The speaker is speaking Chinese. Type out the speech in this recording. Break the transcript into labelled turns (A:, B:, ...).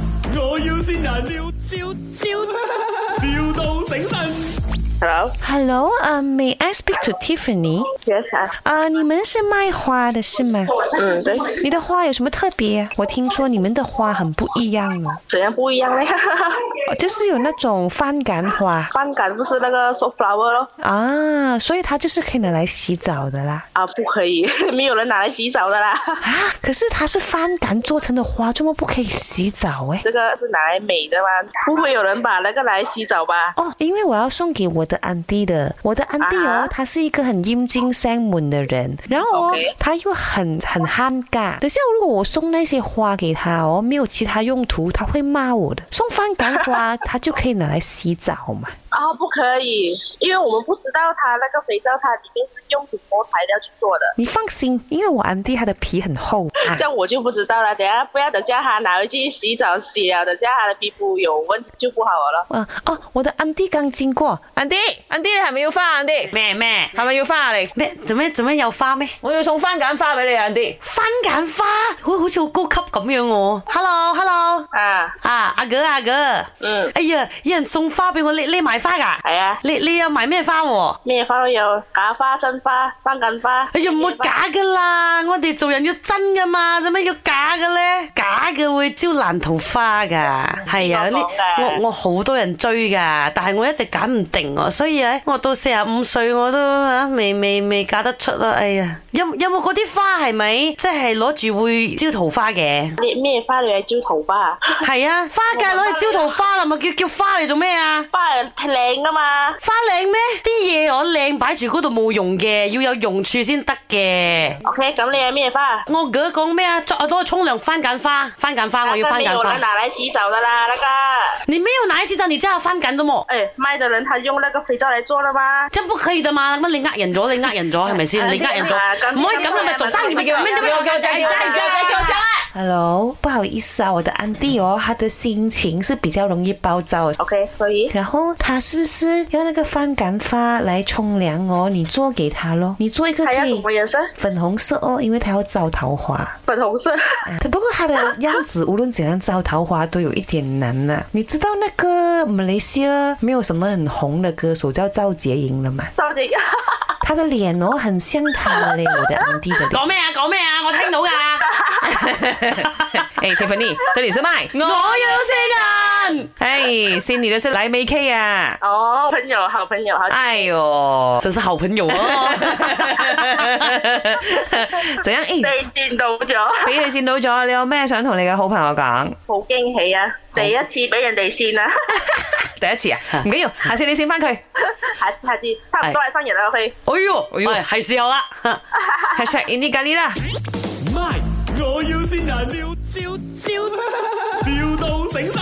A: 要先人，笑笑笑，,笑到醒神。
B: Hello?
C: Hello，啊、m a y I speak to Tiffany？
B: Yes, ah.
C: 啊、你们是卖花的是吗？
B: 嗯，对，
C: 你的花有什么特别、我听说你们的花很不一样哦，
B: 怎样不一 样呢？
C: 哦就是有那种番杆花
B: 番杆不是那个 soft flower 咯？
C: 啊，所以它就是可以拿来洗澡的啦。
B: 啊，不可以， 没有人拿来洗澡的啦。
C: 啊，可是它是番杆做成的花，怎么不可以洗澡诶？
B: 这个是拿来美的吗？不会有人把那个拿来洗澡吧？
C: 哦，因为我要送给我的安迪的，我的安迪哦
B: 啊哈，
C: 他是一个很阴茎生猛的人，然后哦
B: OK，
C: 他又很很憨尬。等下如果我送那些花给他哦，没有其他用途，他会骂我的。送番杆 花，他就可以拿来洗澡嘛。
B: 哦，不可以，因为我们不知道它那个肥皂它里面是用什么材料去做的，
C: 你放心，因为我安迪他的皮很厚 啊
B: 这。样我就不知道了。等下不要等下他拿回去洗澡洗了，等下他的皮肤有问题就不好了咯。
C: 啊哦，我的安迪刚经过，安迪，安迪你系咪要花？安迪
D: 咩咩
C: 系咪要花嚟？
D: 咩？做咩做咩有花咩？
C: 啊我要送番梘花俾你，安迪。
D: 番梘花，好好似好高級咁樣喎。Hello Hello，
B: 啊，
D: 啊阿哥阿哥，
B: 嗯，
D: 哎呀，有人送花俾我，你你賣花㗎？
B: 系啊，
D: 你你有賣咩花喎？
B: 咩花都有，假花、真花、番杆花。
D: 哎呀，唔好假噶啦！我哋做人要真噶嘛，做咩要假嘅咧？假嘅會招爛桃花噶，係啊！
B: 邊個
D: 呢
B: 講㗎？
D: 我我好多人追噶，但係我一直揀唔定喎，所以咧我到四十五歲我都啊未未未嫁得出啦！哎呀，有有冇嗰啲花係咪即係攞住會招桃花嘅
B: 咩咩花你系招桃花 啊？
D: 係啊，花界攞嚟招桃花啦，咪叫叫花嚟做咩啊？
B: 花係靚噶嘛？
D: 花靚咩？啲嘢我靚擺住嗰度冇用嘅，要有用處先得嘅。
B: OK，咁你係咩花？
D: 我哥講咩啊？昨日我沖涼番梘花，番梘花我要番
B: 那
D: 梘
B: 個沒有
D: 花
B: 人。拿来洗澡的啦，那个。
D: 你没有拿一洗澡，你叫我番梘的么？
B: 哎，賣的人他用那個肥皂來做的嗎？
D: 真不可以的嘛！乜你呃人咗，你呃人咗係咪先？你呃人咗
B: 啊，咁
D: 唔可以咁嘅咪做生意咪咁樣咁樣咁啊樣咁樣咁樣
C: Hello，不好意思啊，我的安迪哦，他的心情是比较容易暴躁的。
B: OK，可以。
C: 然后他是不是用那个番梘发来冲凉哦？你做给他咯，你做一个
B: 还要
C: 可
B: 什
C: 以
B: 麼顏色？
C: 粉红色哦，因为他要招桃花。
B: 粉紅 色。
C: 啊不过他的样子无论怎样招桃花都有一点难呐、你知道那个马来西亚没有什么很红的歌手叫赵洁莹了嘛？
B: 到底？
C: 他的脸哦很像他嘞，我的安迪的脸。
D: 講咩啊？講咩啊？我聽到㗎。
C: 哎，Tiffany，这里是麦，
D: 我要先人，
C: 哎，心里的是莱梅 K 啊。
B: 哦，朋友，好朋友，好。
D: 啊
C: 哎呦，
D: 真是好朋友 哦。
C: 怎样？哎，
B: 被電到咗，
C: 俾你見到咗，你有咩想同你嘅好朋友講？
B: 好驚喜啊！第一次俾人哋線 啊！
C: 第一次啊，唔緊要，下次你先翻佢。
B: 下次下次，差唔多係生日啦，OK。
D: 哎呦，哎呦，係時候 啦。
C: Hashtag i n d 咖喱啦。
A: My，我要先人，笑笑笑，,笑到醒神。